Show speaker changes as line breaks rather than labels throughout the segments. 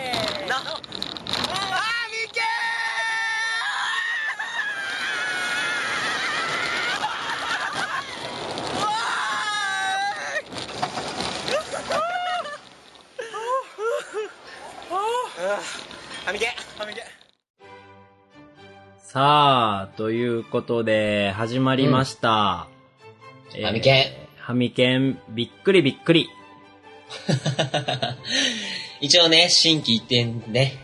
あみけあみけあみけ
さあ、ということで、始まりました。えー
あみけ
ハミケン、びっくりびっくり。
一応ね、新規一転ね、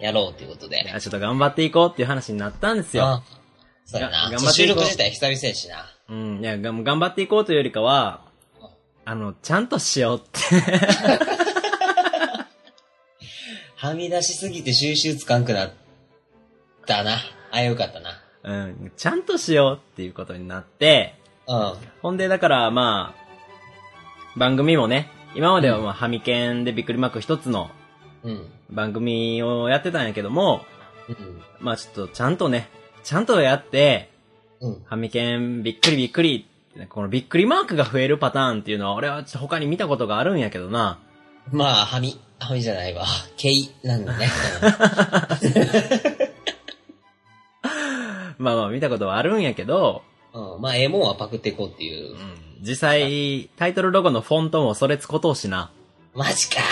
やろうっていうことで
い。やちょっと頑張っていこうっていう話になったんですよ。
うんそうや
が
な。
頑
ちょ
張っていこ
収
う
録自体久々やしな。
うん、いや、が頑張っていこうというよりかは、あの、ちゃんとしようって。
はみ出しすぎて収集つかんくなったな。あ、よかったな。
うん、ちゃんとしようっていうことになって、
うん。
ほんで、だから、まあ、番組もね、今までは、まあ、ハミケンでびっくりマーク一つの
うん。
番組をやってたんやけども、
うん。
まあちょっとちゃんとね、ちゃんとやって、
うん。
ハミケンびっくりびっくり、このびっくりマークが増えるパターンっていうのは、俺はちょっと他に見たことがあるんやけどな。
まあ、はみ、はみじゃないわ。けい、な んだね。
まあまあ見たことはあるんやけど、
うん。うんまあ、ええもんはパクっていこうっていう
う。ん実際、タイトルロゴのフォントもそれつことうしな。
マジ か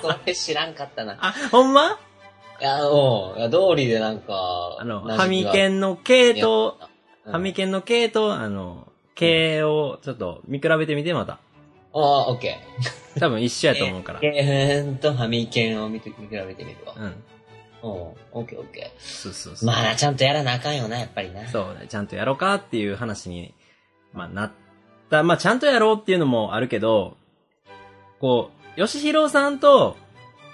それ知らんかったな。
あ、ほんま
いや、うん。いや、道理でなんか、
あの、ハ
馴染み
ミ
が
ケンの系統、
うん
ハミケンの系統、あの、系をちょっと見比べてみてまた。
ああ、オッケー。
多分一緒やと思うから。
ケンとハミケンを見て、見比べてみるわ。うん。
うん。
オッケーオッケ
そうそうそ
ー。
う。
まあな、ちゃんとやらなあかんよな、やっぱりな。
そうね、ちゃんとやろうかっていう話に、まあ、なった。まあ、ちゃんとやろうっていうのもあるけど、こう、吉弘さんと、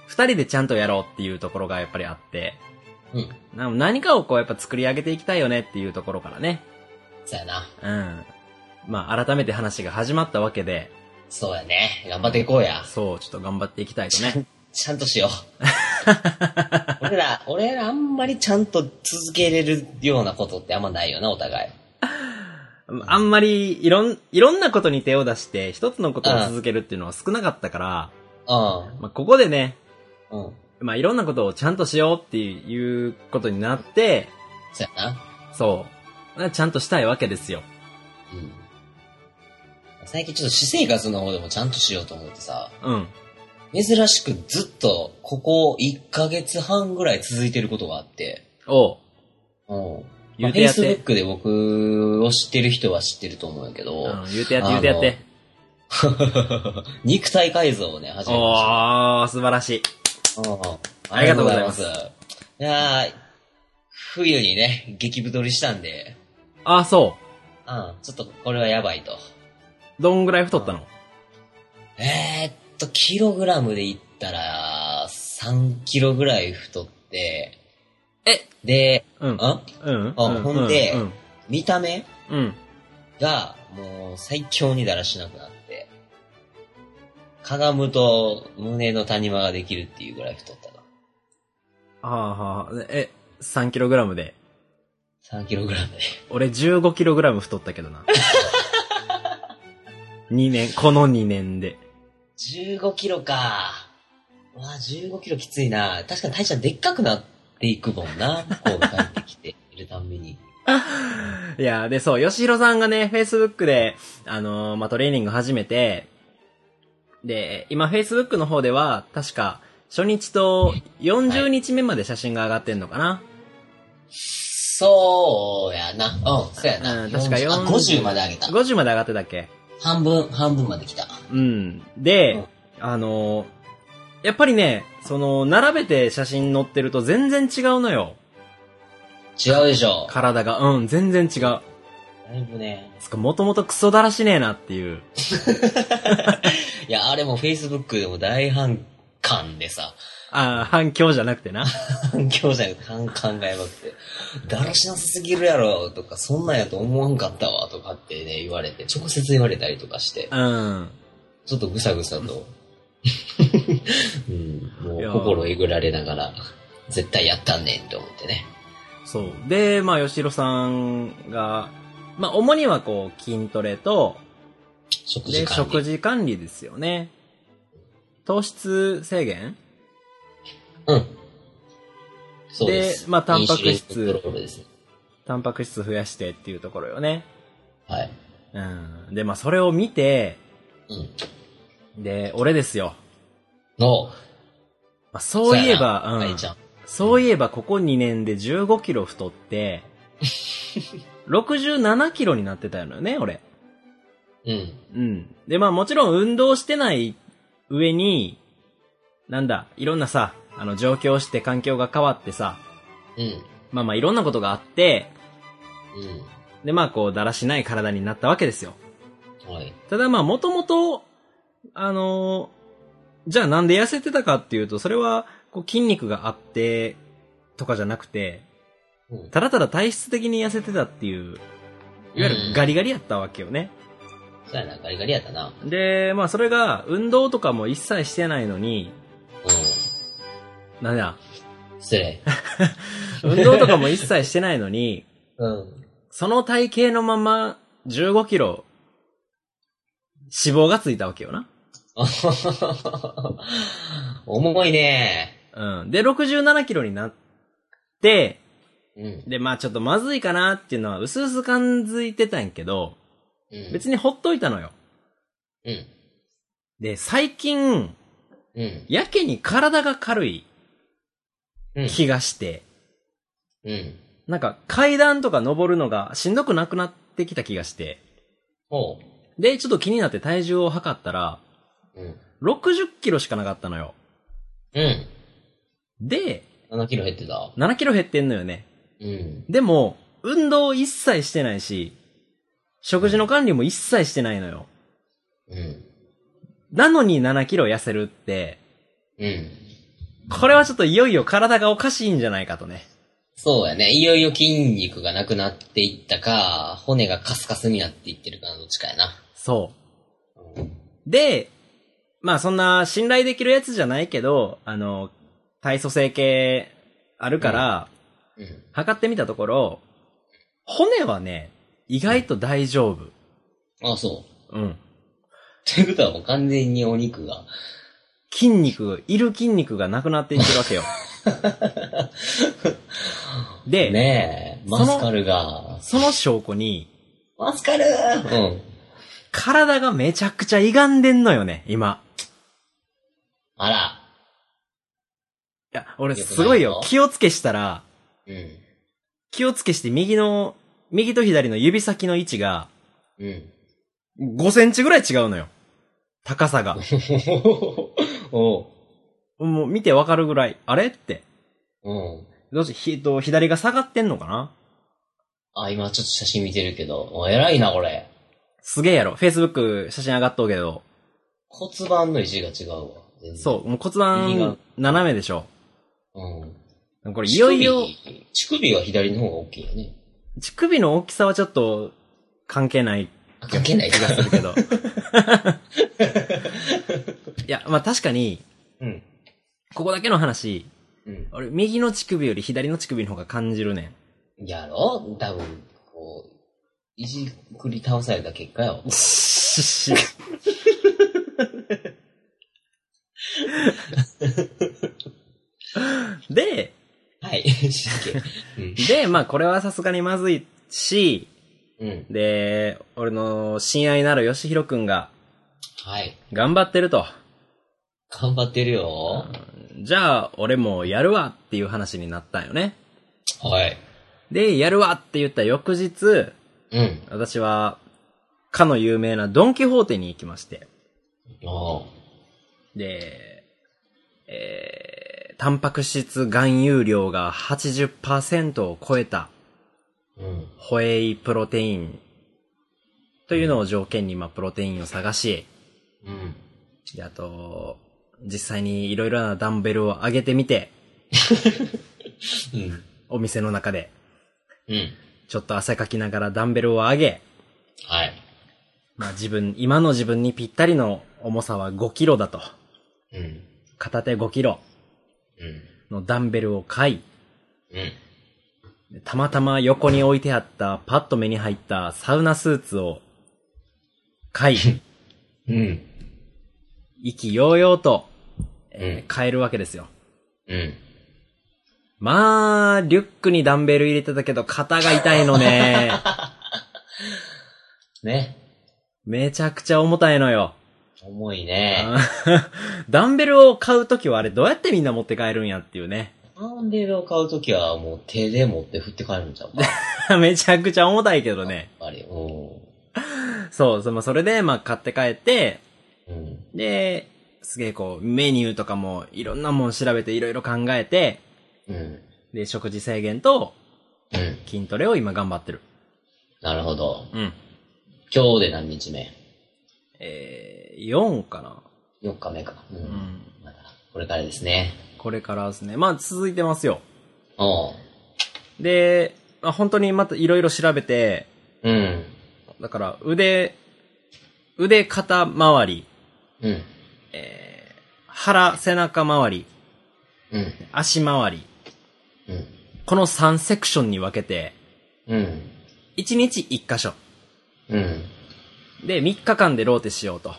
二人でちゃんとやろうっていうところがやっぱりあって、
う。うん。
な何かをこうやっぱ作り上げていきたいよねっていうところからね。
そうやな。
うん。まあ、改めて話が始まったわけで、
そうやね。頑張っていこうや。
そう、ちょっと頑張っていきたいとね。
ちゃんと しよう。俺ら、俺らあんまりちゃんと続けれるようなことってあんまないよな、お互い。
あんまり、いろん、いろんなことに手を出して、一つのことを続けるっていうのは少なかったから、
う
まあ、ここでね、
ん。うん。
まあ、いろんなことをちゃんとしようっていうことになって、
そうやな。
そう。まあちゃんとしたいわけですよ。
うん。最近ちょっと私生活の方でもちゃんとしようと思ってさ、
うん。
珍しくずっとここ1ヶ月半ぐらい続いてることがあって、
おう。
うん。
言
まあ、
うてやって。
Facebook で僕を知ってる人は知ってると思うんやけど、
うん、言うてやって、言うてやって。
肉体改造をね、始めま
おー、素晴らしい。
した。うん
ありがとうございます
ありがとうございます。いやー冬にね、激太りしたんで、
あー、そ
うん、ちょっとこれはやばいと。
う。どんぐらい太ったの
えー、っと、キログラムで言ったら、3キロぐらい太って、
え
で、
うん。うん。
ん
うん。
あほんで
うん。
見た目
うん。
が、もう最強にだらしなくなって、かがむと胸の谷間ができるっていうぐらい太った
あーはーはーえ、3キログラムで。
な。3キログラムで。
俺15キログラム太ったけど な。2年、この2年で。
15キロか。うわあ、15キロきついな。確かに大ちゃんでっかくなっていくもんな。こう帰ってきているたんびに。
いや、で、そう、吉弘さんがね、Facebook で、あのーまあ、トレーニング始めて、で、今、Facebook の方では、確か、初日と40日目まで写真が上がってんのかな、
そうやな。うん、そうやな。
うん確か
40あ
40
50まで上げた。
?50 まで上がってたっけ
半分、半分まで来た。
うん。で、あのーやっぱりね、その、並べて写真載ってると全然違うのよ。
違うでしょ。
体が。うん、全然違う。
だいぶね。
つか、もともとクソだらしねえなっていう。
いや、あれも Facebook でも大反感でさ、
ああ、反響じゃなくてな。
反響じゃなくて反感がやばくて、だらしなさすぎるやろとか、そんなんやと思わんかったわとかってね、言われて、直接言われたりとかして、
うん。
ちょっとぐさぐ さと、うん、も
いうや
心えぐられながら、絶対やったんねんと思ってね。
そう。で、まあ、吉弘さんが、まあ、主にはこう、筋トレと、
食事
で、
管
食
理。
事管理ですよね。糖質制限
そうです。
でまあタンパク質
インシュリンコントロールですね。
タンパク質増やしてっていうところよね。
はい。
うん。で、まあ、それを見て、
うん。
で、俺ですよ。
の、
まあ、そういえば、
さやな
う
愛
ん
ち。ゃん。
そういえば、ここ2年で15キロ太 って、67キロになってたのよね、俺。
うん。
うん。で、まあもちろん運動してない上に、なんだ、いろんなさ、あの、上京して環境が変わってさ、
うん。
まあまあいろんなことがあって、
うん。
で、まあこう、だらしない体になったわけですよ。
はい。
ただまあもともと、あのーじゃあなんで痩せてたかっていうと、それは、こう筋肉があって、とかじゃなくて、
うん。
ただただ体質的に痩せてたっていう、いわゆるガリガリやったわけよね。
そうやな、ガリガリやったな。
で、まあそれが、運動とかも一切してないのに、
うん。
なんだ、
失礼。
運動とかも一切してないのに、
うん。
その体型のまま15キロ、脂肪がついたわけよな。
重いね。
うん。で、67キロになって、
うん。
で、まあちょっとまずいかなっていうのは、うすうす感づいてたんやけど、
うん。
別にほっといたのよ。
うん。
で、最近、
うん。
やけに体が軽い
うん。
気がして、
うん。
なんか階段とか登るのがしんどくなくなってきた気がして、
ほ
で、ちょっと気になって体重を測ったら、
う。うん。
60キロしかなかったのよ。
うん。
で、
7キロ減ってた。
7キロ減ってんのよね。
うん。
でも、運動一切してないし、食事の管理も一切してないのよ。
うん。
なのに7キロ痩せるって、
うん。
これはちょっといよいよ体がおかしいんじゃないかとね。
そうやね。いよいよ筋肉がなくなっていったか、骨がカスカスになっていってるかのどっちかやな。
そう。で、まあそんな信頼できるやつじゃないけど、あの、体組成系あるから、
うん。
測ってみたところ、骨はね、意外と大丈夫。
ああ、そう。
うん。
ということはもう完全にお肉が。
筋肉、いる筋肉がなくなっていってるわ けよ。で、
ねえ、マスカルが。
その証拠に、
マスカルうん。
体がめちゃくちゃ歪んでんのよね、今。
あら。
いや、俺すごいよ
よくない。ぞ
気をつけしたら、
うん。
気をつけして右の、右と左の指先の位置が、
うん。
5センチぐらい違うのよ。高さ が。
おう。
もう見てわかるぐらい、あれって。
うん。
どうし、ひと、左が下がってんのかな
あ、今ちょっと写真見てるけど。お偉いな、これ。
すげえやろ。Facebook 写真上がっとうけど。
骨盤の位置が違うわ。全然
そう、もう骨
右が
盤斜めでしょ。
う。うん。
これいよいよ、
乳首。乳首は左の方が大きいよね。
乳首の大きさはちょっと関係ない
あ関係ない
気がするけど。いや、まあ確かに、
うん。
ここだけの話、
うん。
俺、右の乳首より左の乳首の方が感じるね
やろ多分、こう、いじくり倒された結果よ
ん。。し で、
はい。 失敬うん。
で、まあこれはさすがにまずいし、
うん。
で、俺の親愛なる吉弘くんが
はい。
頑張ってると。
頑張ってるよ。
じゃあ、俺もやるわっていう話になったんよね。
はい。
で、やるわって言った翌日、
うん。
私は、かの有名なドンキホーテに行きまして。
ああ。
で、えー、タンパク質含有量が80%を超えた
うん。
ホエイプロテインというのを条件に、まあ、プロテインを探し、
うん。
で、あと、実際にいろいろなダンベルを上げてみて、
うん。
お店の中で、
うん。
ちょっと汗かきながらダンベルを上げ、
はい。
まあ自分、今の自分にぴったりの重さは5キロだと。
うん。
片手5キロ
うん。
のダンベルを買い、
うん。
たまたま横に置いてあったパッと目に入ったサウナスーツを買い、
うん。
意気揚々と、えー
うん
買えるわけですよ。
うん。
まあ、リュックにダンベル入れてたけど、肩が痛いの ね。
ね。
めちゃくちゃ重たいの よ。
重いね。
ダンベルを買うときはあれどうやってみんな持って帰るんやっていうね。
ダンベルを買うときはもう手で持って振って帰るんちゃうか。
めちゃくちゃ重たいけどね。
あれ、う
そう、そのそれで、まあ買って帰って、
ん。うん。
で、すげえこう、メニューとかもいろんなもん調べていろいろ考えて、
うん。
で、食事制限と
うん。
筋トレを今頑張ってる。
なるほど。
うん。
今日で何日目
えー、4かな。
?4 日目か。うん。
うん。
まだ、これからですね。
これからですね。まあ続いてますよ。
おう。
で、まあ、本当にまたいろいろ調べて、
うん。
だから腕、腕肩周り、
うん。
えー腹背中周り、
うん。
足周り、
うん。
この3セクションに分けて、
うん。
1日1箇所。
うん。
で、3日間でローテしようと。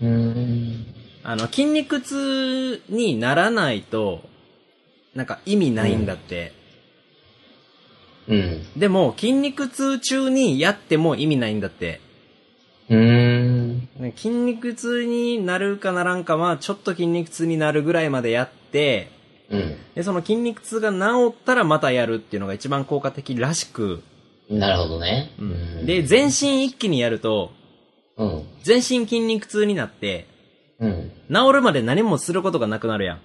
うん。
あの、筋肉痛にならないと、なんか意味ないんだって。
うん。
でも、筋肉痛中にやっても意味ないんだって。
うん。
ね筋肉痛になるかならんかは、ちょっと筋肉痛になるぐらいまでやって、
うん。
で、その筋肉痛が治ったらまたやるっていうのが一番効果的らしく、
なるほどね。
で、全身一気にやると、
うん。
全身筋肉痛になって、
うん。
治るまで何もすることがなくなるや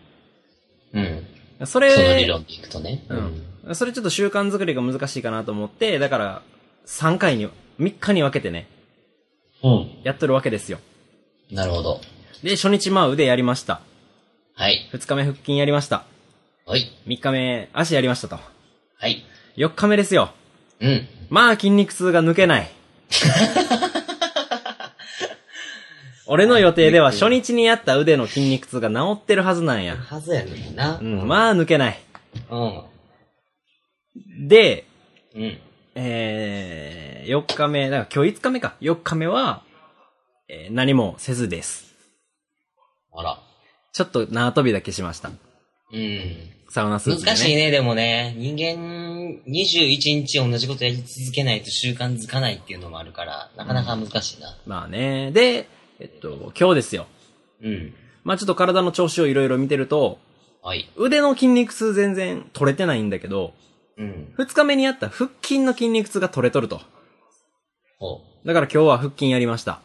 うん。
ん。そ
その理
れ、
論でいくとね。
うん。それちょっと習慣作りが難しいかなと思って、だから、3回に、3日に分けてね、
うん。
やっとるわけですよ。
なるほど。
で、初日まあ腕やりました。
はい。
2日目腹筋やりました。
はい。
3日目足やりましたと。
はい。
4日目ですよ。
うん。
まあ筋肉痛が抜けない。俺の予定では初日にやった腕の筋肉痛が治ってるはずなんや。
はずやねんな。
うん、まあ抜けない。
うん。
で、
うん。
えー、4日目、だから今日5日目か。4日目は、えー何もせずです。
あら。
ちょっと縄跳びだけしました。
うん。
サウナスーツでね。
難しいね、でもね。人間、21日同じことやり続けないと習慣づかないっていうのもあるから、なかなか難しいな。
まあね。で、えっと、今日ですよ。
うん。
まあちょっと体の調子をいろいろ見てると、
はい。
腕の筋肉痛全然取れてないんだけど、
うん。
2日目にやった腹筋の筋肉痛が取れとると。
ほ
だから今日は腹筋やりました。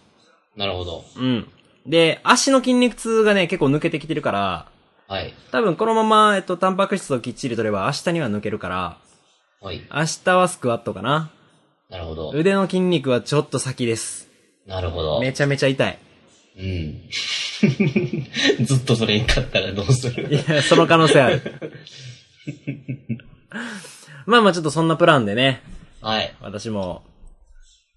う。なるほど。
うん。で、足の筋肉痛がね、結構抜けてきてるから、
はい。
多分このまま、えっと、タンパク質をきっちり取れば明日には抜けるから、
はい。
明日はスクワットかな。
なるほど。
腕の筋肉はちょっと先です。
なるほど。
めちゃめちゃ痛い。
うん。 ずっとそれに勝ったらどうす
い
る
や、その可能性ある。 まあまあちょっとそんなプランでね、
はい。
私も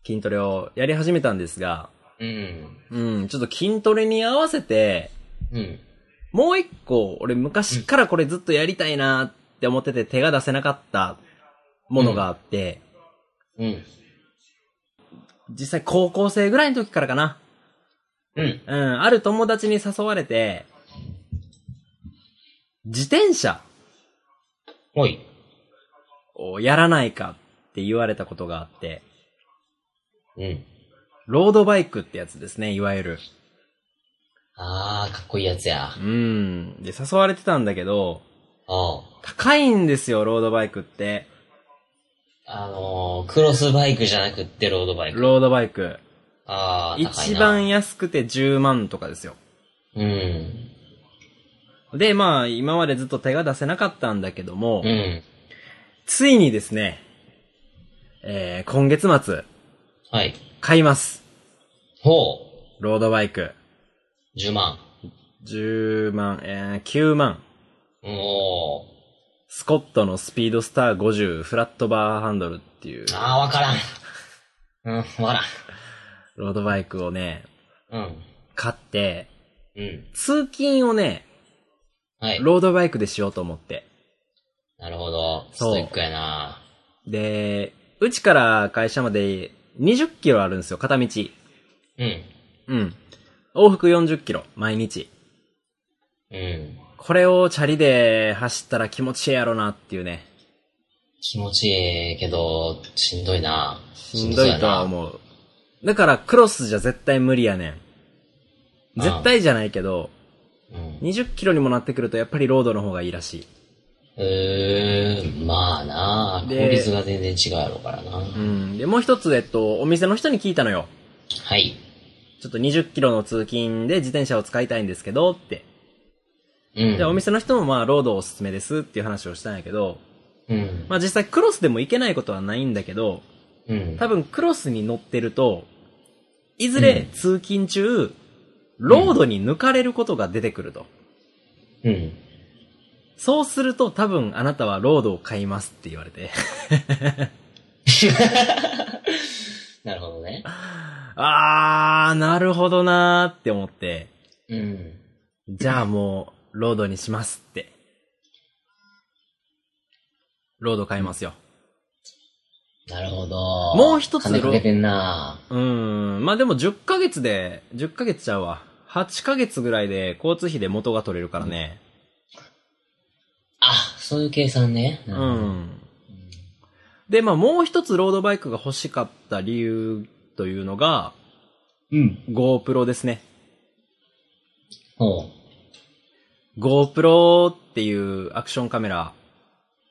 筋トレをやり始めたんですが、
うん。
うん、ちょっと筋トレに合わせて、
うん。
もう一個、俺昔からこれずっとやりたいなって思ってて手が出せなかったものがあって、
うん。
実際高校生ぐらいの時からかな。
うん。
うん、ある友達に誘われて、自転車
ほい。
をやらないかって言われたことがあって、
うん。
ロードバイクってやつですね、いわゆる。
あー、かっこいいやつや。あ
うん。で、誘われてたんだけど、
あ。
高いんですよ、ロードバイクって。
あのー、クロスバイクじゃなくってロードバイク。
ロードバイク。
あー、高い
一
な
番安くて10万とかですよ。
うん。
で、まあ、今までずっと手が出せなかったんだけども、
うん。
ついにですね、えー、今月末、
はい。
買います。
ほ
ロードバイク。
う。10万。
10万、えー、9万。
おー。
スコットのスピードスター50フラットバーハンドルっていう、
あー、わからん。うん、わか
ロードバイクをね、
らん。うん。
買って、
うん。
通勤をね、
はい。
ロードバイクでしようと思って。
なるほど。ス
そう
トイックやな
で、うちから会社まで20キロあるんですよ、片道。
うん。
うん。往復40キロ、毎日。
うん。
これをチャリで走ったら気持ちええやろなっていうね。
気持ちいいけど、しんどいな。
しんどいとは
う。
思う。だからクロスじゃ絶対無理やねん。
ああ
絶対じゃないけど、
うん。
20キロにもなってくるとやっぱりロードの方がいいらし
えー、まあな
で
効率が全然違うやろうからな。
い。うん。で、もう一つ、えっと、お店の人に聞いたのよ。
はい。
ちょっと20キロの通勤で自転車を使いたいんですけどって。
うん。
で、お店の人もまあ、ロードおすすめですっていう話をしたんやけど、
うん。
まあ実際クロスでも行けないことはないんだけど、
うん。
多分クロスに乗ってると、いず
う
れ
ん
通勤中、ロードに抜かれることが出てくると。
うん。
そうすると多分あなたはロードを買いますって言われて。
なるほどね。
あー、なるほどなーって思って、
うん。
じゃあもう、ロードにしますって。ロード買いますよ。
なるほど。
もう一つ
金かけてんな
うーん。まあでも10ヶ月で、10ヶ月ちゃうわ。8ヶ月ぐらいで交通費で元が取れるからね。
あ、そういう計算ね。う
うん。で、まあもう一つロードバイクが欲しかった理由というのが、
うん。
GoPro ですね。
ほ
GoPro っていうアクションカメラ。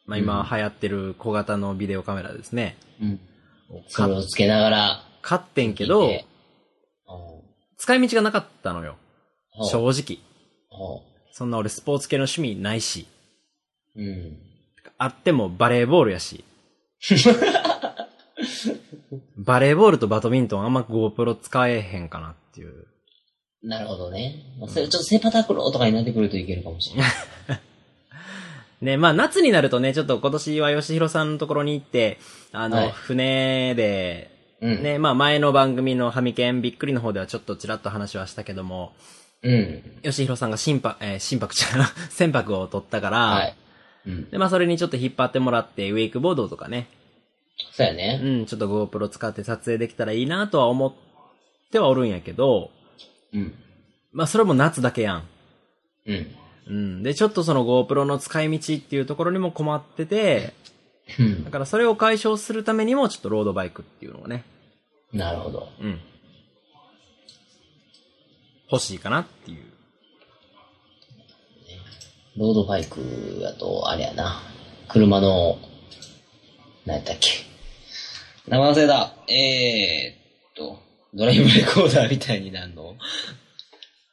まあ
う
今
ん
流行ってる小型のビデオカメラですね。
う。うん。そ
買
れ
っ
をつけながら。
買ってんけ
聞
ど
い、てほ
使い道がなかったのよ。
うほう
正直。
ほ
そんな俺スポーツ系の趣味ないし、
う。うん。
あってもバレーボールや し。バレーボールとバドミントンあんま GoPro 使えへんかなっていう。
なるほどね。まあ、それちょっとセパタクローとかになってくるといけるかもしれない。
ね、まあ夏になるとね、ちょっと今年は吉弘さんのところに行って、あの、
はい
船で、
う ん。
ね、まあ前の番組のハミケンびっくりの方ではちょっとちらっと話はしたけども、
うん。
吉弘さんが心拍、えー心拍ちゃう、 船舶を取ったから、
はい。うん。
で、まあそれにちょっと引っ張ってもらって、ウェイクボードとかね、
そうやね。
うん、ちょっと GoPro 使って撮影できたらいいなとは思ってはおるんやけど、
うん。
まあそれも夏だけやん。
うん。
うん。で、ちょっとその GoPro の使い道っていうところにも困ってて、
う
だ
ん。
からそれを解消するためにもちょっとロードバイクっていうのがね、
なるほど。
うん。欲しいかなっていう。
ロードバイクだと、あれやな。車の、何やったっけ。名前忘れた。えー、っと、ドライブレコーダーみたいになるの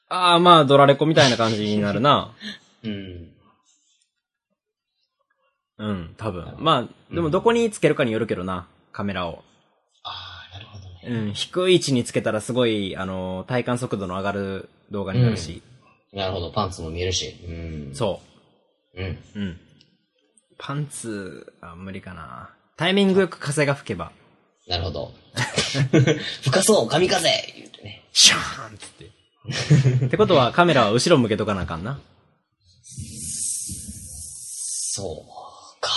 ああ、まあドラレコみたいな感じになるな。
うん。
うん、多分。まあ、でもどこにつけるかによるけどな、カメラを。
ああ、なるほどね。
うん、低い位置につけたらすごい、あの、体感速度の上がる動画になるし。
なるほど、パンツも見えるし。うん。。
そう
うん。
う。うん。パンツ、あ、無理かな。タイミングよく風が吹けば、
なるほど。 深そう、神風言うてね。
シャーンっつ って。ってことはカメラは後ろ向けとかなあかんな。
そうか。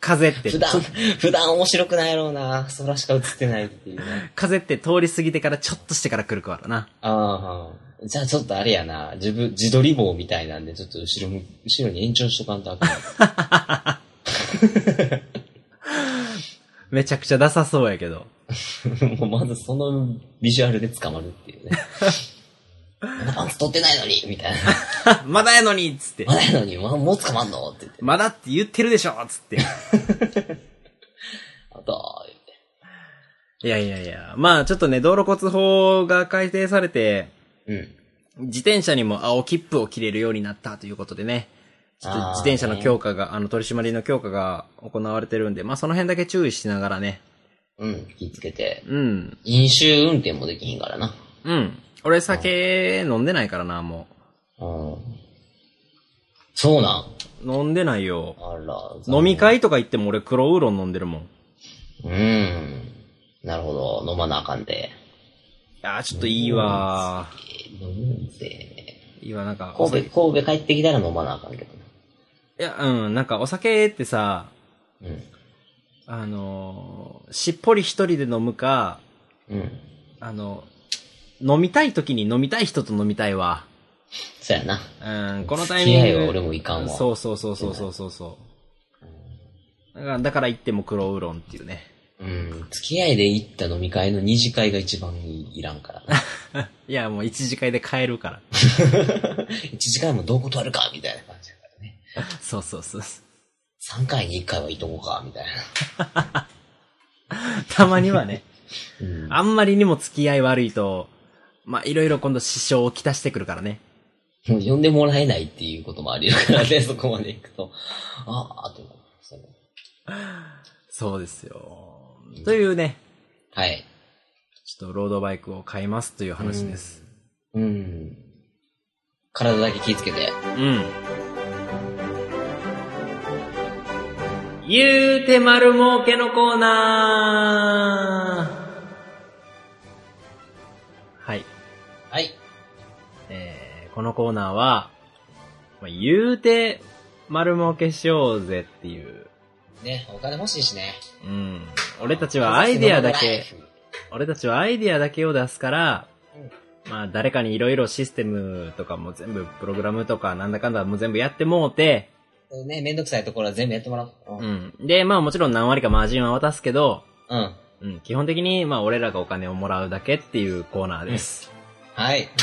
風って
普、 段、普段面白くないやろうな。空しか映ってないっていうね。
風って通り過ぎてからちょっとしてから来るからな。
ああ、じゃあちょっとあれやな。自分、自撮り棒みたいなんで、ちょっと後ろむ、後ろに延長しとかんとあかん。
めちゃくちゃダサそうやけど。
もうまずそのビジュアルで捕まるっていうね。 まだパンツ撮ってないのにみたいな。
まだやのにっつって
ま。だやのに、まもう捕まんのって言って。
まだって言ってるでしょっつって。
あと、言って
いやいやいや。まあちょっとね、道路交通法が改定されて、
うん。
自転車にも青切符を切れるようになったということでね。ちょっと自転車の強化が、あの取り締まりの強化が行われてるんで、まあその辺だけ注意しながらね。
うん、気ぃつけて。
うん。
飲酒運転もできひんからな。
うん。俺酒飲んでないからな、も
うん。そうなん。
う。飲んでないよ。
あら。残念
飲み会とか行っても俺黒ウーロン飲んでるもん。
うん。なるほど。飲まなあかんで。
ああ、ちょっといいわ
えー飲むんぜ。
いいわ、なんか。
神戸、神戸帰ってきたら飲まなあかんけど
いや、うん、なんかお酒ってさ、
な。
あのーしっぽり一人で飲むか、
うん。うん。
あの、飲みたい時に飲みたい人と飲みたいわ。
そうやな。
うん、このタイ
付
ミ
き合
ン
い
グ。
は俺もいかんわ。
そうそうそうそうそうそうそう。だから、だから言っても黒ウーロンっていうね。
うん、付き合いで行った飲み会の二次会が一番いらんから な。
いや、もう一次会で買えるから。
一次会もどう断るか、みたいな感じだからね。
そうそうそう。
三回に一回はいとこうか、みたいな。
たまにはね、
うん。
あんまりにも付き合い悪いと、まあ、いろいろ今度支障をきたしてくるからね。
もう呼んでもらえないっていうこともあり得るからね、そ こまで行くと。ああ、と思いますね。
そうですよ。というね、
はい。
ちょっとロードバイクを買いますという話です。
うん。体だけ気ぃつけて。
うん。言うて丸儲けのコーナーはい。
はい。
えーこのコーナーは、まあ言うて丸儲けしようぜっていう。
ね、お金欲しいしね。
うん。俺たちはアイディアだけ、
うん。
俺たちはアイディアだけを出すから
うん、
まあ誰かにいろいろシステムとかも全部、プログラムとかなんだかんだもう全部やってもうて、
ね、めんどくさいところは全部やってもらおう。う。
うんん。で、まあもちろん何割かマージンは渡すけど、
うん。
うん、基本的にまあ俺らがお金をもらうだけっていうコーナーです。
はい。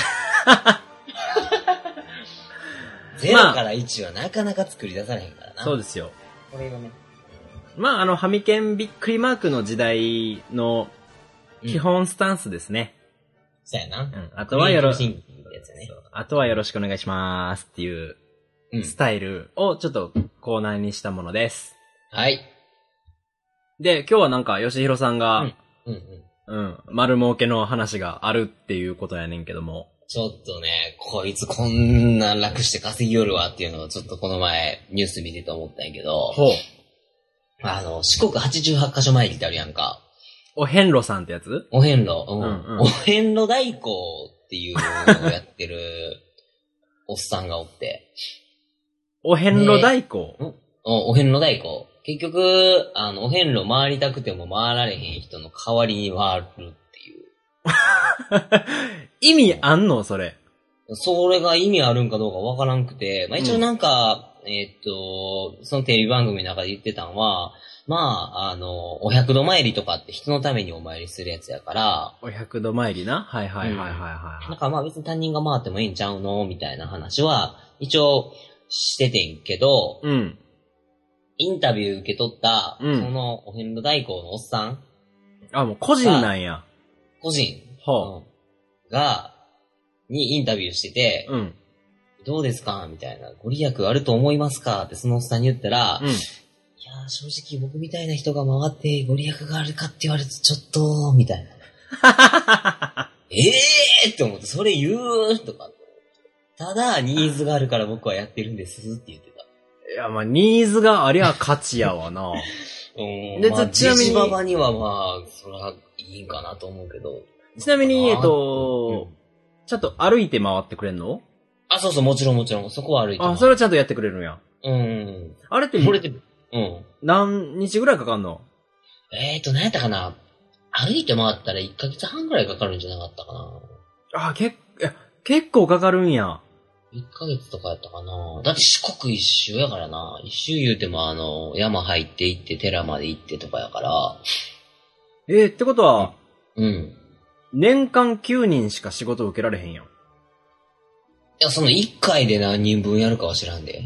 ゼロから1はなかなか作り出されへんからな。
そう
で
ですよ。
す。これがね。
まああの、ハミケンびっくりマークの時代の基本スタンスですね。
そうやな
う。ん。あとはよろ、
クリエイティブシンキングってやつやね。
あとはよろしくお願いしますっていう
うん
スタイルをちょっとコーナーにしたものです。
はい。
で、今日はなんか、吉弘さんが、
うんうん。
うん、丸儲けの話があるっていうことやねんけども。
ちょっとね、こいつこんな楽して稼ぎよるわっていうのをちょっとこの前ニュース見てて思ったんやけど、
ほう。
あの、四国88カ所参りってあるやんか。
お遍路さんってやつ
お遍路、うん
うんうん
お遍路代行っていうのをやってるおっさんがおって。
お遍路代行。
おお遍路代行。結局、あの、お遍路回りたくても回られへん人の代わりに回るってい
意味あんのそれ。
う。それが意味あるんかどうかわからんくて、まあ一応なんか、えーっと、そのテレビ番組の中で言ってたんは、まあ、あの、お百度参りとかって人のためにお参りするやつやから、
お百度参りな。はいはいはいはいはい。
なんかまあ別に担任が回ってもええんちゃうのみたいな話は、一応しててんけど、
うん。
インタビュー受け取った、
うん
そのお遍路代行のおっさん、
あ、もう個人なんや。
個人
は
うんが、にインタビューしてて、
うん。うん。
どうですかみたいな。ご利益あると思いますかってそのおっさんに言ったら、 いやー正直僕みたいな人が回ってご利益があるかって言われるとちょっと、みたいな。ええーって思って、それ言うとか。ただ、ニーズがあるから僕はやってるんですって言ってた。
いや、まあ、ニーズがありゃ価値やわな。
うん。
で
まあ、
ちなみに
ジジババにはまあ、それはいいんかなと思うけど。
ちなみに、えっ
う
と
ん、
ちゃんと歩いて回ってくれんの
あ、そうそう、もちろんもちろん。そこは歩いてます
あ、それはちゃんとやってくれるんや。
うん。
あれって、
これで、うん。
何日ぐらいかかんの
えーと、何やったかな歩いて回ったら1ヶ月半ぐらいかかるんじゃなかったかな
あ、けっ、いや結構かかるんや。
?1 ヶ月とかやったかなだって四国一周やからな。一周言うてもあの、山入って行って寺まで行ってとかやから。
えーってことは、
うん。
年間9人しか仕事を受けられへんやん。
いや、その1回で何人分やるかは知らんで。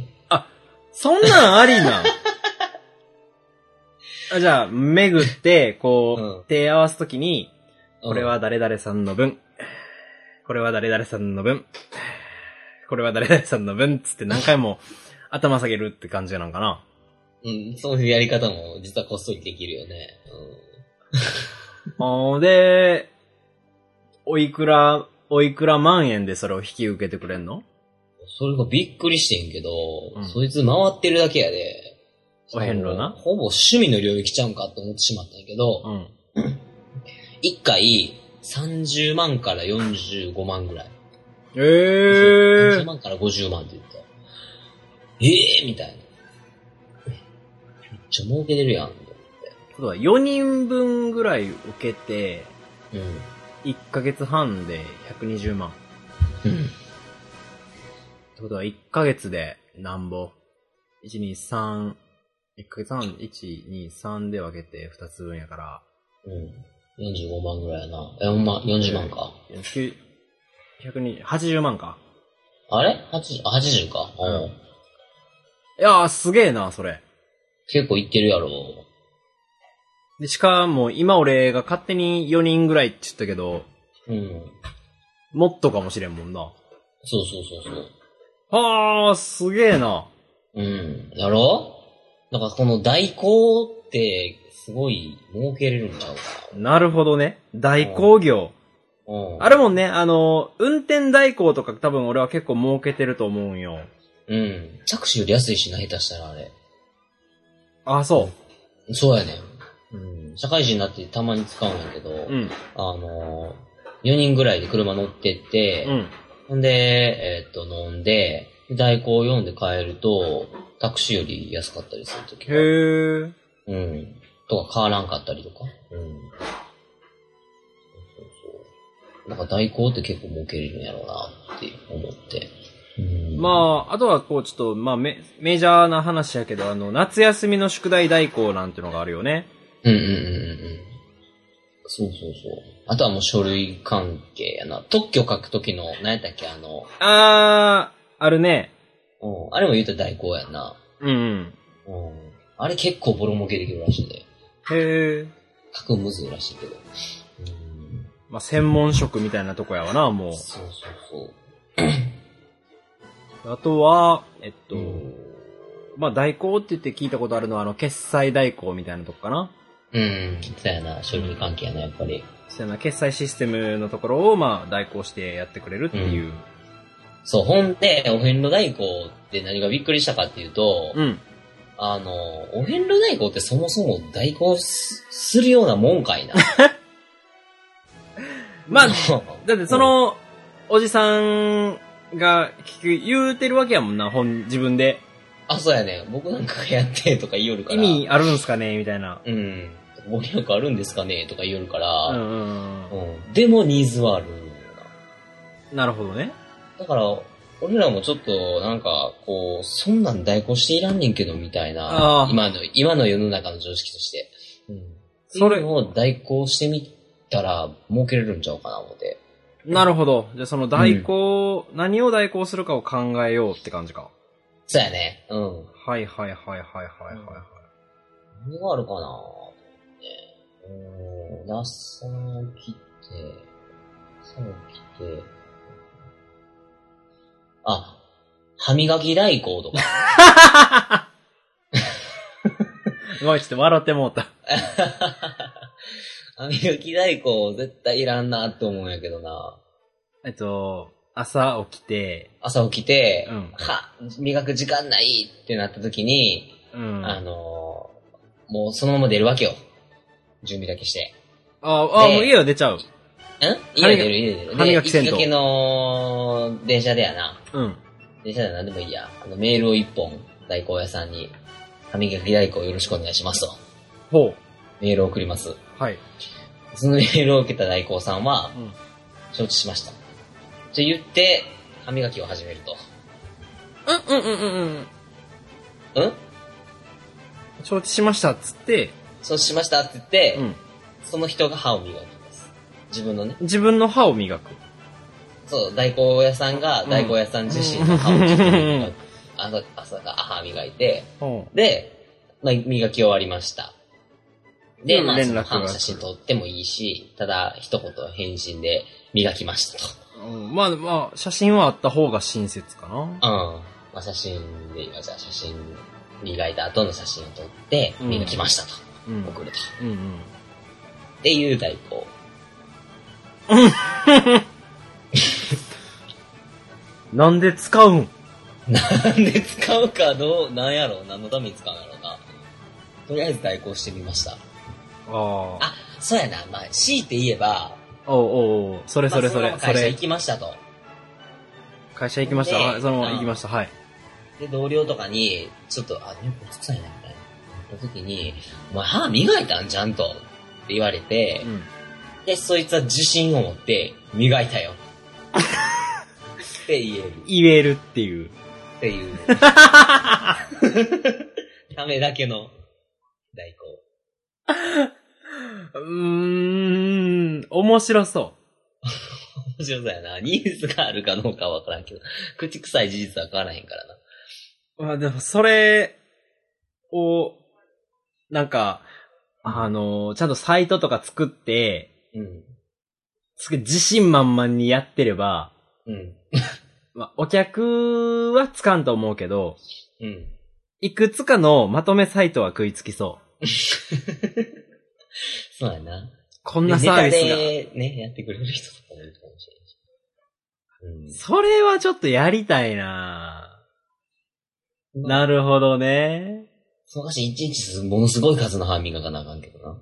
そんなんありなんあじゃあ、巡って、こう、
うん
手合わすときに、
うん
これは誰々さんの分、これは誰々さんの分、これは誰々さんの分、つって何回も頭下げるって感じなんかな。
うん、そういうやり方も実はこっそりできるよね。
あーで、おいくら、おいくら万円でそれを引き受けてくれんの
うん。それがびっくりしてんけど、
うん
そいつ回ってるだけやで。
お遍路な
ほぼ趣味の領域ちゃうんかと思ってしまったんやけど、
うん。
一回30万から45万ぐらい。
え
30
ー、
万から50万って言った。ええー、みたいな。めっちゃ儲けてるやん、と
ことは4人分ぐらい受けて、
思って。
1ヶ月半で120万。
うん。うん。
ってことは1ヶ月でなんぼ ?1、2、3、1ヶ月半、1、2、3で分けて2つ分やから、
うん。45万ぐらいやな。え、ほんま、40万か。
100 120 80万か。
あれ ?80、あ80か。うん。
いやー、すげえな、それ。
結構いってるやろ。
で、しかも、今俺が勝手に4人ぐらいって言ったけど、
うん。
もっとかもしれんもんな。
そうそうそうそう。
あー、すげえな。
うん。やろなんかこの代行って、すごい儲けれるんちゃうか
なるほどね。代行業。
な。うん。
あれもんね、あの、運転代行とか多分俺は結構儲けてると思うんよ。
うん。着手より安いしな、下手したらあれ。
あ、そ
そうやねん。うん。社会人になってたまに使うんやけど、
う。うん。
あのー、4人ぐらいで車乗ってって、
うん。
ほんで、えーっと、飲んで、代行を読んで帰ると、タクシーより安かったりするとき
へー。
うん。とか、変わらんかったりとか。うん。そうそうそう。なんか代行って結構儲けれるんやろうなって思って。うん。
まあ、あとはこう、ちょっと、まあメ、メジャーな話やけど、あの、夏休みの宿題代行なんてのがあるよね。
うんうんうんうんうん。そうそうそう。あとはもう書類関係やな。特許書くときの、何やったっけ、あの、
あー、あるね。
うん、あれも言うたら代行やんな。
うん、うん。
うん。あれ結構ボロ儲けできるらしいんで。
へー。
書くのむずいらしいけど。うん。
まあ、専門職みたいなとこやわな、も
そうそう
う。あとは、えっと、
うん
まあ、代行って言って聞いたことあるのは、あの、決済代行みたいなとこかな。
そう。うん。そうやな。書類関係やな、やっぱり。
そうやな、決済システムのところを、まあ、代行してやってくれるっていう。
そう、ほんで、お遍路代行って何がびっくりしたかっていうと、
うん。
あの、お遍路代行ってそもそも代行すするようなもんかい な。
まあ、だってその、おじさんが聞く、言うてるわけやもんな、本、自分で。
あ、そうやね。僕なんかがやってとか言いよるか
意
ら。
味あるんすかねみたいな。
うん。ご利益あるんですかねとか言いよるか
うん
ら。
うんう
うん。でもニーズはある。
ん。なるほどね。
だから、俺らもちょっと、なんか、こう、そんなん代行していらんねんけど、みたい
あ
な
ー。
今の、今の世の中の常識として。うん。
そ
そ
れ
れを代行してみたら、儲けれるんちゃうかな、思って。
なるほど。じゃあその代行、何を代行するかを考えようって感じか。
そうやね。うん。
はいはいはいはいはいはいはい。
何があるかなぁと思って。うーん、ラッサを切って、サを切って、あ、歯磨き代行とか。
ごめん、ちょっと笑ってもうた。
歯磨き代行絶対いらんなって思うんやけどな
えっと、朝起きて、
朝起きて、
うん
歯、磨く時間ないってなった時に、
うん。
あ
あ
のー、もうそのまま出るわけよ。準備だけして。
あ、あ
で
もう家は出ちゃう。
ん家出る、家出る。
歯磨きせん
で
と
行きかけの電車でやな。
うん。
電車で何でもいいや。あの、メールを一本、代行屋さんに、歯磨き代行よろしくお願いしますと。
ほ
メールを送ります。
う。はい。
そのメールを受けた代行さんは
う、ん。
承知しました。と言って、歯磨きを始める
うんうんうんうんうん。
と。ん
承知しましたっつって、
承知しましたって言って、
うん。
その人が歯を磨きます。自分のね。
自分の歯を磨く。
そう、代行屋さんが、
うん
代行屋さん自身の歯を自分で磨
うん
く。朝、朝が歯磨いて、
うん。
で、まあ、磨き終わりました。で、
うん
まあ、
連絡
その歯
が
の
来る
写真撮ってもいいし、ただ、一言返信で、磨きました
うんまあまあ、写真はあった方が親切かな。
と。うん。まあ、写真で、あじゃあ写真、磨いた後の写真を撮って、
うん
磨きましたと。
うん。
送ると。
うんうん。
っていう代行。
なんで使うん
なんで使うかどう、なんやろう、何のために使うんやろうな。とりあえず代行してみました。
ああ。
あ、そうやな。まあ、強いて言えば、
おうおうおう。それ
まあ
それそ
のま
れ。
ま
そ
会社行
れ。
きましたと。
会社行きました。
で
はいそのまま
うん
行きました。はい。
で、同僚とかに、ちょっと、あ、よく臭いな、みたいな。言った時に、お前歯磨いたんちゃんとって言われて
う、ん。
で、そいつは自信を持って、磨いたよ。って言える
言えるっていう。
っていう。 ためだけの代行。
うーん、面白そ
面白そうやな。ニーズがあるかどうかはわからんけど、口臭い事実は変わらへんからな。
う。まあでも、それを、なんか、あの、ちゃんとサイトとか作って、
うん。
すごい自信満々にやってれば、
うん。
まあ、お客はつかんと思うけど、
うん。
いくつかのまとめサイトは食いつきそう。
そうやな。
こんなサービスが。
ネタでね、やってくれる人とかもいるかもしれないし。
それはちょっとやりたいな
うん。
なるほどね。
その昔一日すものすごい数の歯磨かなあかんけどな。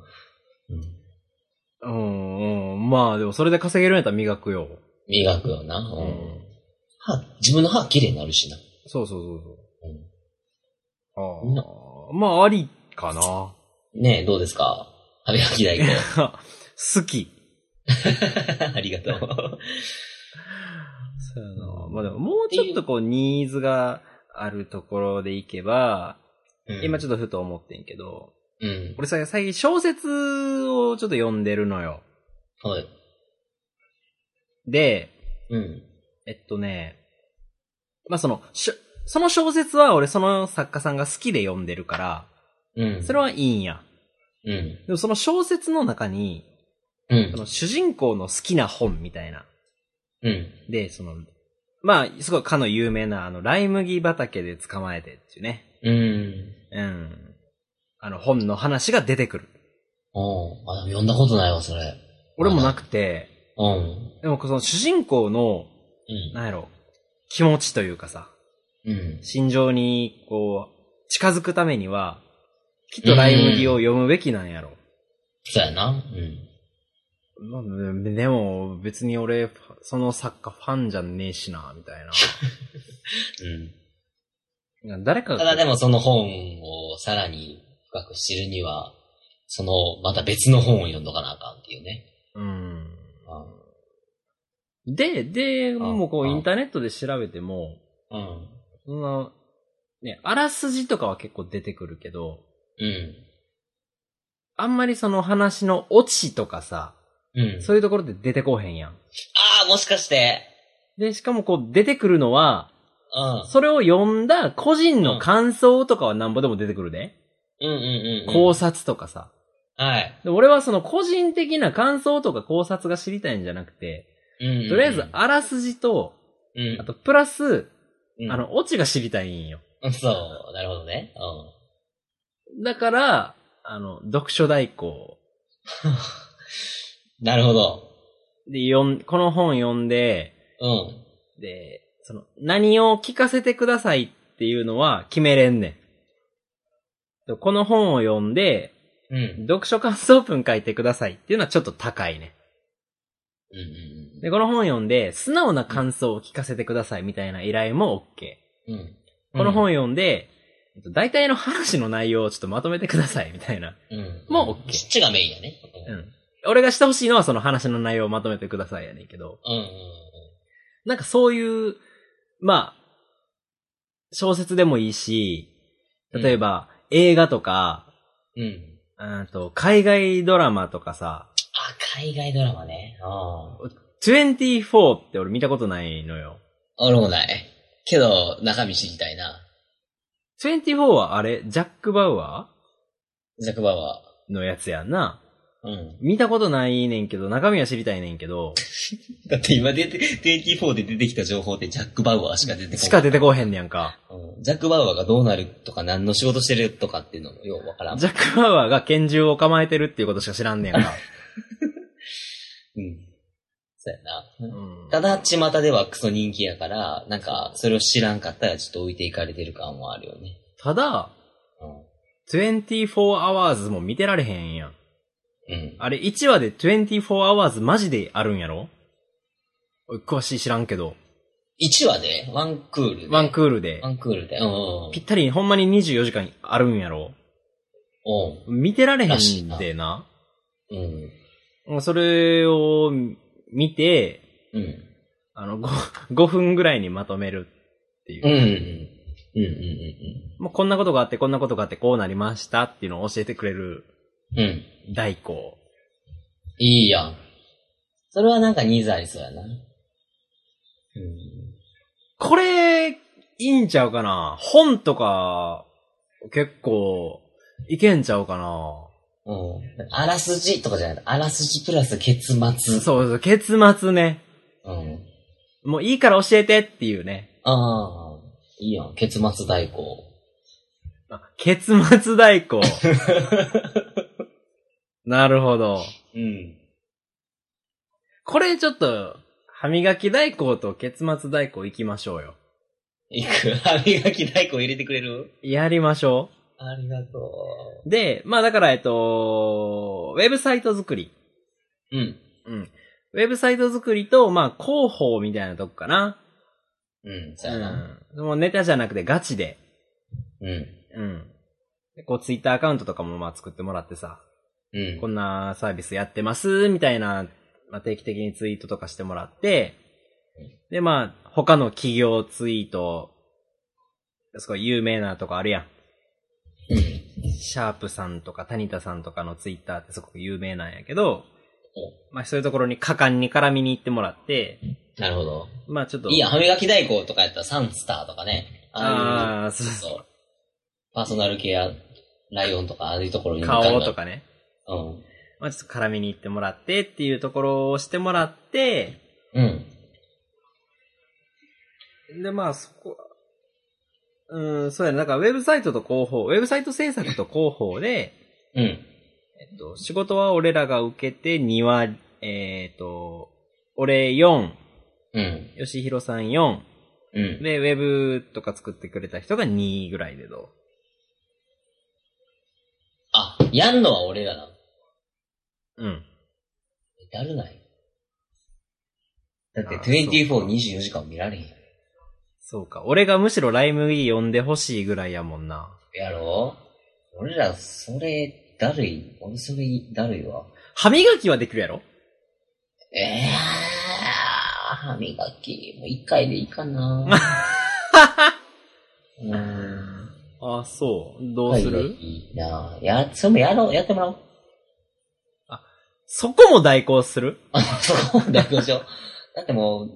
うん。
うんうん。まあでもそれで稼げるんやったら磨くよ。
磨くよな。
う
うん。。歯、自分の歯綺麗になるしな。
そうそうそうそう。
な
ああ。まあありかな。
うん。ねえ、どうですか歯磨き代行。
好き。
ありがと
そ
う。
うやな。まあでももうちょっとこうニーズがあるところでいけば、今ちょ
ょっ
っとふと思ってんけど、
と。うん。
俺さ、最近小説をちょっと読んでるのよ。
はい。
で、
うん。
えっとね、まあ、その、しょその小説は俺その作家さんが好きで読んでるから、
うん。
それはいいんや。
うん。
でもその小説の中に、
うん
そ。の主人公の好きな本みたいな。
うん。
で、その、まあ、すごいかの有名な、あの、ライ麦畑で捕まえてっていうね。
うん。
うん。あの、本の話が出てくる。
おうあ、でも読んだことないわ、それ。
俺もなくて、
うん。
でもその主人公の
うん。
なんやろ、気持ちというかさ、
うん。
心情に、こう、近づくためには、きっとライ麦を読むべきなんやろ。
そうやな。うん。
まあででも、別に俺、その作家ファンじゃねえしな、みたい
うん。
な。誰か
ただで
が、
もその本をさらに深く知るには、その、また別の本を読んどかなあかんっていうね。
うん。
う
で、で、もうこ
あ
う、
あ
インターネットで調べても、
ん。
その、ね、あらすじとかは結構出てくるけど、
うん。
あんまりその話のオチとかさ、
うん。
そういうところで出てこうへんやん。
ああ、もしかして。
で、しかもこう、出てくるのは、
うん。
それを読んだ個人の感想とかはなんぼでも出てくるで。
うんうんうん、うん。
考察とかさ。
はい。
で俺はその個人的な感想とか考察が知りたいんじゃなくて、
うん、
とりあえずあらすじと、
うん、
あとプラス、
うん、
あ、の、オチが知りたいんよ。
うん、そう、なるほどね。うん。
だから、あの、読書代行
なるほど。
で読ん、この本読んで、
うん。
で、その、何を聞かせてくださいっていうのは決めれんねん。この本を読んで、
うん。うん
読書感想文書いてくださいっていうのはちょっと高いね。
うん
で、この本読んで、素直な感想を聞かせてくださいみたいな依頼も OK。
うん。うん。
この本読んで、えっと大体の話の内容をちょっとまとめてくださいみたいな。
うん。
もう OK
ちっちがメインやね。
う
うん。
ん。俺がしてほしいのはその話の内容をまとめてくださいやねんけど、
うん。
なんかそういう、まあ、小説でもいいし、例えば映画とか、
うん。うん。
うんと、海外ドラマとかさ、
あ、海外ドラマね。あ
24って俺見たことないのよ。
あ。俺もない。けど、中身知りたいな。
24はあれ、ジャック・バウア
ザクバは。
ーのやつやんな。
うん。
見たことないねんけど、中身は知りたいねんけ ど、
だって今出て、24で出 てきた情報ってジャック・バウアーしか出てこない。
しか出てこへんねやんか。
うんジャック・バウアーがどうなるとか何の仕事してるとかっていうのもようわからん。
ジャック・バウアーが拳銃を構えてるっていうことしか知らんねんか。
うん。そうやな。
うん
ただ、巷ではクソ人気やから、なんか、それを知らんかったらちょっと置いていかれてる感もあるよね。
ただ、24 hours も見てられへんやん。
うん。うん。
あれ、1話で24 hours マジであるんやろおい詳しい知らんけど。
1話でワンクールで。
ワン
ー
クールで
ワ。ンクールで。うんうんうん。
ぴったりほんまに24時間あるんやろ
お
見てられへ
らしい
ん
な
でな。
うん。
うんそれを見て、
うん。
あの、5、5分ぐらいにまとめるっていうう。
ん。うんうんうん
もうこんなことがあって、こんなことがあって、こうなりましたっていうのを教えてくれる
うん。うん。
代行。
いいやん。それはなんかニーズありそうやな。うん。
これ、いいんちゃうかな本とか、結構、いけんちゃうかな
うん。あらすじとかじゃない。あらすじプラス結末。
そうそう、結末ね。
うん。
もういいから教えてっていうね。
ああ、いいやん。結末代行。
あ結末代行。なるほど。
うん。
これちょっと、歯磨き代行と結末代行行きましょうよ。
いく。 歯磨き代行入れてくれる
やりましょ
ありがと
う。で、まあだから、えっと、ウェブサイト作り。
う。うん。
うん。ウェブサイト作りと、まあ広報みたいなとこかな。
うん、そうやな。
うん。もうネタじゃなくてガチで。
うん。
うん。でこうツイッターアカウントとかもまあ作ってもらってさ。
うん
こ。んなサービスやってます、みたいな、まあ、定期的にツイートとかしてもらって、で、まあ、他の企業ツイート、すごい有名なとこあるや
うん。
ん。シャープさんとか谷田さんとかのツイッターってすごく有名なんやけど、まあそういうところに果敢に絡みに行ってもらって、
なるほど。
まあちょっと。
いいやん、歯磨き代行とかやったらサンスターとかね。あ
ああ、
あいう、
そ
そう。パーソナルケア、ライオンとか、ああいうところ
う、
に
顔と
か。
かね。
うん。
まあちょっと絡みに行ってもらってっていうところをしてもらって、
うん。
で、まあ、そこ、うん、そうやな、なんか、ウェブサイトと広報、ウェブサイト制作と広報で、
うん。
えっと、仕事は俺らが受けて2割、えっ、と、俺4、
うん。
吉弘さん4、
うん。
で、ウェブとか作ってくれた人が2ぐらいでど
あ、やんのは俺らなの。
ううん。
やるない。だって
あー
24、24時間見られへんやん
そうか。俺がむしろライムイー呼んでほしいぐらいやもんな。
やろ俺ら、それ、だるい。俺、それ、だるいわ。
歯磨きはできるやろ
ええー、歯磨き、もう一回でいいかな うーん。
あ、そう。どうする、
一回でいいなや、それもやろう、やってもらおう。
そこも代行する
あそこまでどうしよう。だってもう、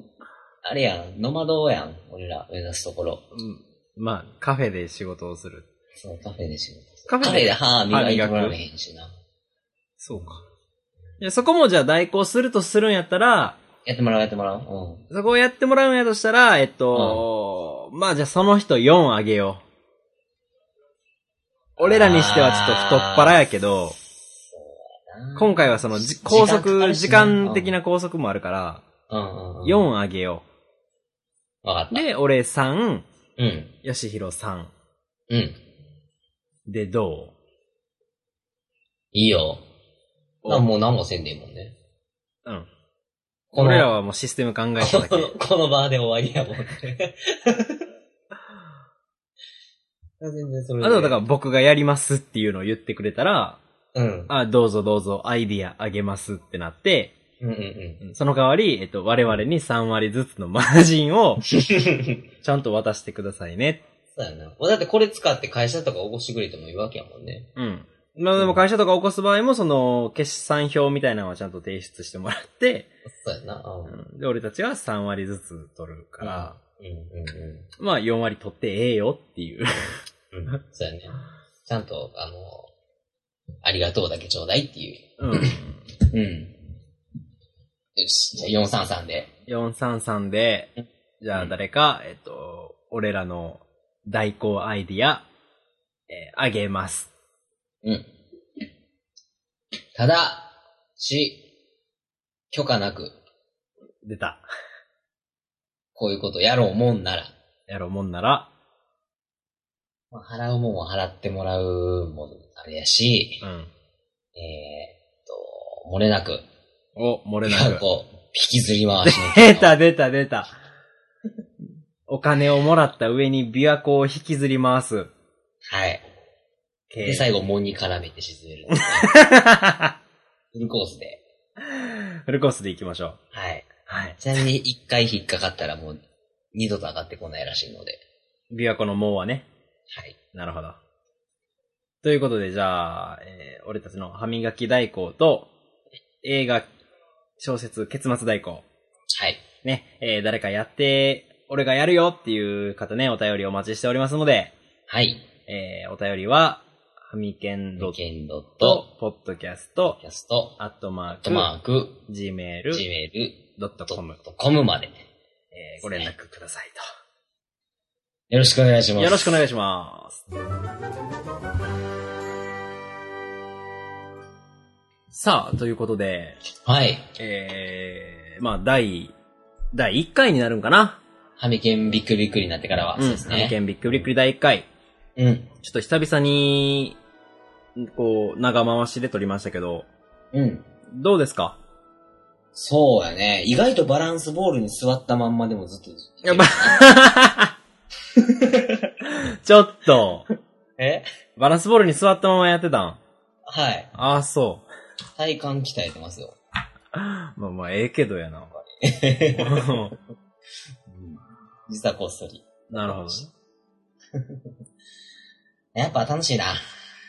あれやん、ノマドやん、俺ら目指すところ。
うん。まあ、カフェで仕事をする。
そのカフェで仕事する。
カ
カフェで歯磨いてもらえへんしな。
そうか。いや、そこもじゃあ代行するとするんやったら、
やってもらおう、やってもらおう。
そこをやってもらうんやとしたら、えっと、まあじゃあその人4あげよう。俺らにしてはちょっと太っ腹やけど、
うん。
今回はそのじ
時間
拘
かか
束、
るし
時
な
間的な拘束もあるから、
うんうんうん。
4あげよ
わかっ
う。
た。
で、俺3、
うん。
ヨシヒロ3。
うん。
で、ど
いいよ。
う
なもう何もせんでいいもんね。
うん。
この
俺らはもうシステム考えただ
こ
け
の。 この場で終わりやもんね。 全然それ
あとはだから
ら、
僕がやりますっていうのを言ってくれたら、
うん。
あ、どうぞどうぞアイディアあげますってなって、
うんうんうん。
その代わり、えっと、我々に3割ずつのマージン を
そう
ちゃんと渡してくださいね。
やな。もうだってこれ使って会社とか起こしてくれてもいいわけやもんね。
うん。まあでも会社とか起こす場合も、その、決算表みたいなのはちゃんと提出してもらって、
そうやな。うん。うん
うんで、俺たちは3割ずつ取るから、
うん
まあ4割取ってええよっていう。
うん。うん。そうやね。ちゃんと、あの、ありがとうだけちょうだいっていう。
うん。
うん。よし。じゃあ433で。
433で、じゃあ誰か、えっと、俺らの代行アイディア、えーあげます。
うん。ただ、し、許可なく、
出た。
こういうことやろうもんなら、
やろうもんなら、
まあ払うもんは払ってもらうもん、あれやし、
うん。
えー、っと、漏れなく、
お、漏れなく。
こう、引きずり回 しの
出た出た出た。お金をもらった上に琵琶湖を引きずり回す。
はい。
経
で、最後、門に絡めて沈める。フルコースで。
フルコースで行きましょう。
はい。
はい。
ちなみに一回引っかかったらもう二度と上がってこないらしいので。
琵琶湖の網はね。
はい。
なるほど。ということで、じゃあ、えー俺たちの歯磨き代行と、映画、小説、結末代行。
はい。
ね、えー誰かやって、俺がやるよっていう方ね、お便りお待ちしておりますので、
はい。
えーお便りは、はみけん
ロ
ロ
ケンドッ
と
ト、、
ポッドキャスト
キ、ャスト、
アットマ
とマ
ー
ーク、
ク、gmail.com、
gmail.com まで。
えーご連絡ください
よろしくお願いしま
と。
す。
よろしくお
い
願いします。さあ、ということで、
はい。
えー、まあ、第、第1回になるんかな
ハミケンびっくりびっくりになってからは。そうです
ん。
ね。
件びっくりびっくり第1回。
うん。
ちょっと久々に、こう、長回しで撮りましたけど、
うん。
どうですか
そうやね。意外とバランスボールに座ったまんまでもずっと。
やばちょっと、
え
バランスボールに座ったままやってたん
はい。
ああ、そう。
体幹鍛えてますよ。
まあまあ、ええけどやな。
うん実はこっそり。
なるほど。
やっぱ楽しいな。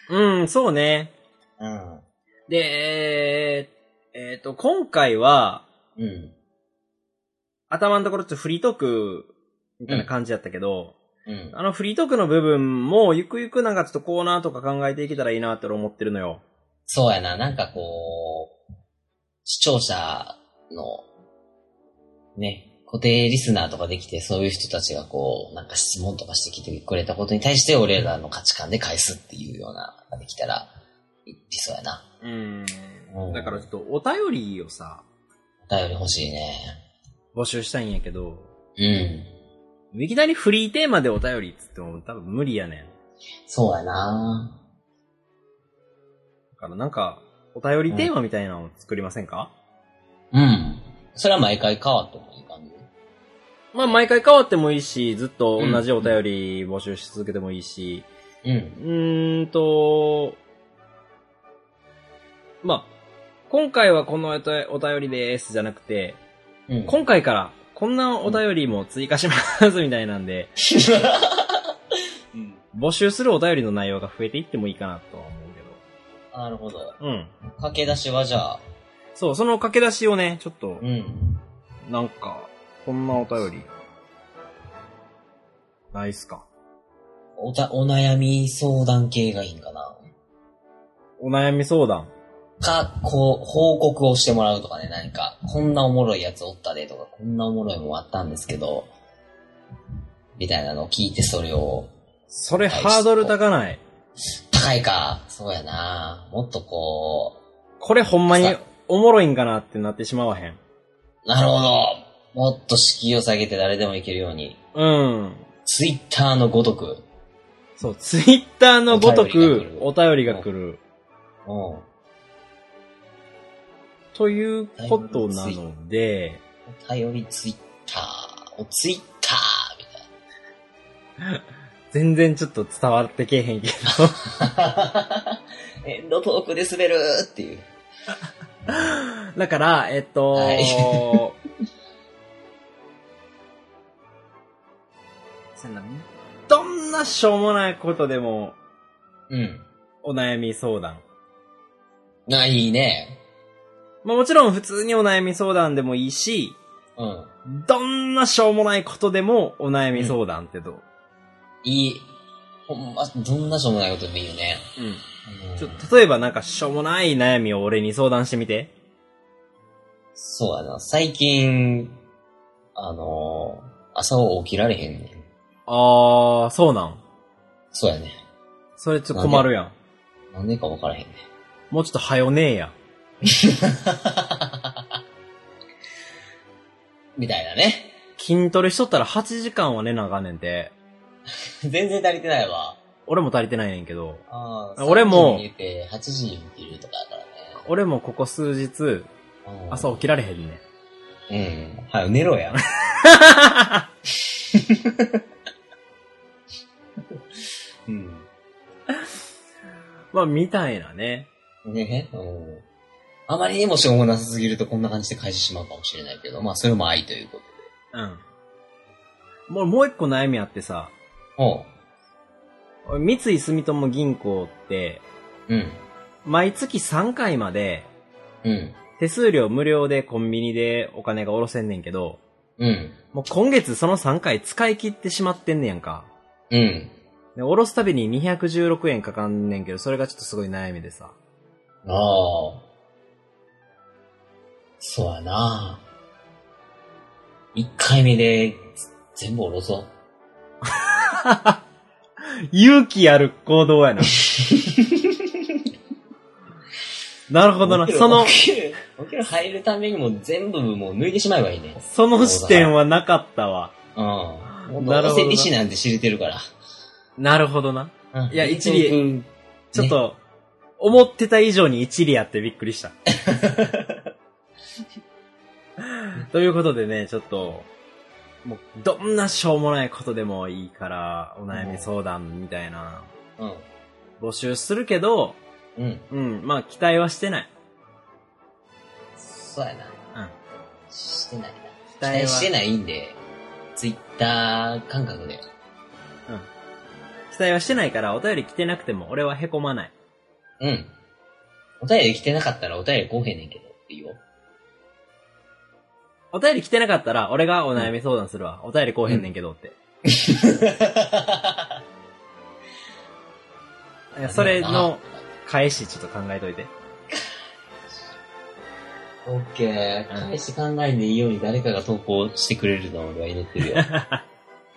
うん、そうね。
うん。
で、えーえーと、今回は、
うん。
頭のところちょっとフリートークみたいな感じやったけど、
うん。
あのフリートークの部分もゆくゆくなんかちょっとコーナーとか考えていけたらいいなって俺思ってるのよ。
そうやな。なんかこう、視聴者の、ね、固定リスナーとかできて、そういう人たちがこう、なんか質問とかしてきてくれたことに対して、俺らの価値観で返すっていうような、ができたら、理想やな。
うん
うん。
だからちょっとお便りをさ、
お便り欲しいね。
募集したいんやけど、
うん。
いきなりフリーテーマでお便りっつっても多分無理やねん。
そうやな。
だからなんか、お便りテーマみたいなのを作りませんか、
うん。それは毎回変わってもいい感じ。
まあ毎回変わってもいいし、ずっと同じお便り募集し続けてもいいし、
うん。
うーんと、まあ、今回はこのお便お便りですじゃなくて、
うん。
今回からこんなお便りも追加しますみたいなんで、
うん。
募集するお便りの内容が増えていってもいいかなとは思う
なるほど。
けど。うん。
駆け出しはじゃあ、
そう、その駆け出しをね、ちょっと
う、ん。
なんか、こんなお便り、ないっすか。
おた、お悩み相談系がいいんかな。
お悩み相談。
か、こう、報告をしてもらうとかね、何か、こんなおもろいやつおったでとか、こんなおもろいもんあったんですけど、みたいなのを聞いてそれを、
それハードル高ない。
高いか、そうやなもっとこ
これほんまにおもろいんかなってなってしまわへん。
う、なるほど、もっと敷居を下げて誰でもいけるように、
うん。
ツイッターのごとく、
そう、ツイッターのごとくお
お
便り
り
が
が
来
来
る。
うん。
ということなので、
お便りツイッター、おツイッター、みたいな。
全然ちょっと伝わってけえへんけど。
エンドトークで滑るっていう。
だから、えっと、
は
そんなどんなしょうもないことでも
うん。
お悩み相談。
あ、いいね。
まあもちろん普通にお悩み相談でもいいし、
うん。
どんなしょうもないことでもお悩み相談ってどう、
いい。ほんま、どんなしょうもないことでもいいよね。
うん
うん
ちょっと例えばなんかしょうもない悩みを俺に相談してみて。
そうやな。最近、あのー朝起きられへんねん。
あー、そうなん。
そうやね。
それちょっと困るやん。
なんでか分からへんねん。
もうちょっと早ねえや。
みたいなね。
筋トレしとったら8時間は寝なあかんねんて。
全然足りてないわ。
俺も足りてないねんけど。
あー
俺も
3時に寝て、8時に起きるとかだからね。
俺もここ数日、
うん
朝起きられへんねん。
うん。はい、寝ろや。 うん。
まあ、みたいなね。
ね、うん。あまりにもしょうもなさすぎるとこんな感じで返してしまうかもしれないけど、まあそれも愛ということで。
うん。もう、もう一個悩みあってさ、
お
俺三井住友銀行って、
う。うん。
毎月3回まで、
うん。
手数料無料でコンビニでお金がおろせんねんけど、
うん。
もう今月その3回使い切ってしまってんねやんか。
うん。
で、おろすたびに216円かかんねんけど、それがちょっとすごい悩みでさ。
ああ。そうやな。一回目で全部下ろそう。
勇気ある行動 やな。なるほどな。その
お、給料お給料入るためにもう全部もう抜いてしまえばいいね。
その視点はなかったわ。
うん。もう
なる
ど
ほど
うせ利子なんて知れてるから。
なるほどな。
うん
いや一理
うん
ちょっと、思ってた以上に一理あってびっくり した。ということでね、ちょっと、もう、どんなしょうもないことでもいいから、お悩み相談みたいな、
うん。
募集するけど、
うん。
うん、まあ、期待はしてない。
そうやな。
うん。
してないな。
期
期待して
い。
ないんで、ツイッター感覚で。
期待はしてないから、お便り来てなくても、俺は凹まない。
うん。お便り来てなかったらお便り来へんねんけど、いいよ。
お便り来てなかったら、俺がお悩み相談するわ。お便り来おへんねんけどって。い やそれの返し、ちょっと考えといて。
オッケー。
うん
返して考えんでいいように誰かが投稿してくれるのを俺は祈っ てるよ。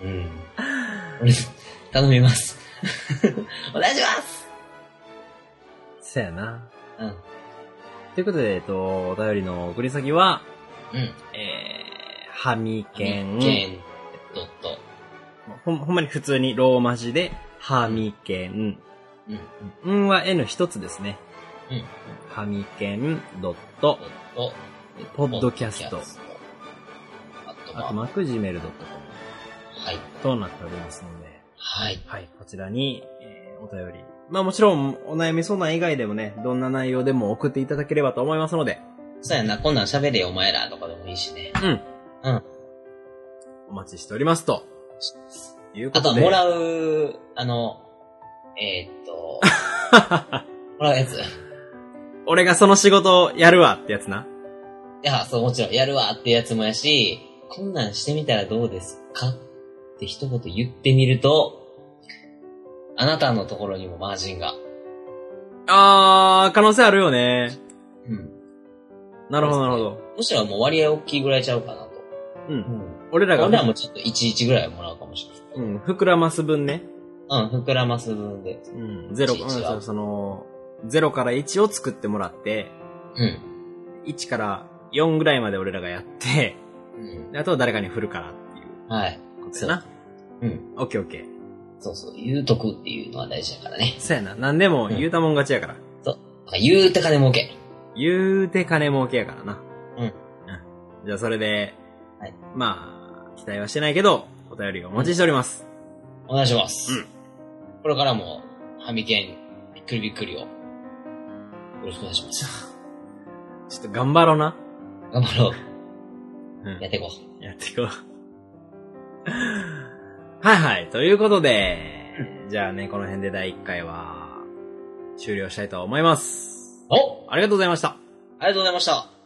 うん。俺、頼みます。 お願いします
そやな。
うん。
ということで、えっと、お便りの送り先は、
うん。
えー、はみけん。
けん。ドット。
ほんほんまに普通にローマ字で、はみけん。
うん。
うんは N 一つですね。
うん。
はみけんドット
ドッ、ト。
ポッドキャスト。。
あと
あと、
ま
マクジメルドット
あ、はい。
となっておりますので、
はい。
はい、こちらに、えー、お便り。まあもちろん、お悩み相談以外でもね、どんな内容でも送っていただければと思いますので、
そうやな、こんなん喋れよ、お前らとかでもいいしね。
うん。
うん。
お待ちしておりますと。いうこ
あ
と
とは
で。
もらう、あの、えー っと、もらうやつ。い
俺がその仕事をやるわってやつな。
や、そう、もちろん、やるわってやつもやし、こんなんしてみたらどうですかって一言言ってみると、あなたのところにもマージンが。
あー、可能性あるよね。
うん。
なるほど、なるほど。
むしろもう割合大きいぐらいちゃうかなと。
う。
うんん。
俺らが、
俺らもちょっと11ぐらいはもらうかもしれない。
うん、膨らます分ね。
うん、膨らます分で。
うん、ゼロ、う
11
ん、
は
そうその、ゼロから1を作ってもらって、
うん。
1から4ぐらいまで俺らがやって、
うん。
であとは誰かに振るからっていう
はい。
ことやな。
うん。
オッケーオッケー。
そうそう、言うとくっていうのは大事だからね。
そうやな。何でも言うたもん勝ちやから。
言うて金儲け。
言うて金儲けやからな。
うん
うん。じゃあそれで、
はい
まあ、期待はしてないけど、お便りをお待ちしております。
お願いします。
うん
これからも、ハミケン、びっくりびっくりを、よろしくお願いします。
ちょっと頑張ろうな。
頑張ろ
う
う。
ん
やっていこ
やっていこう。はいはい。ということで、じゃあね、この辺で第1回は終了したいと思います。
う。お
ありがとうございました。
ありがとうございました。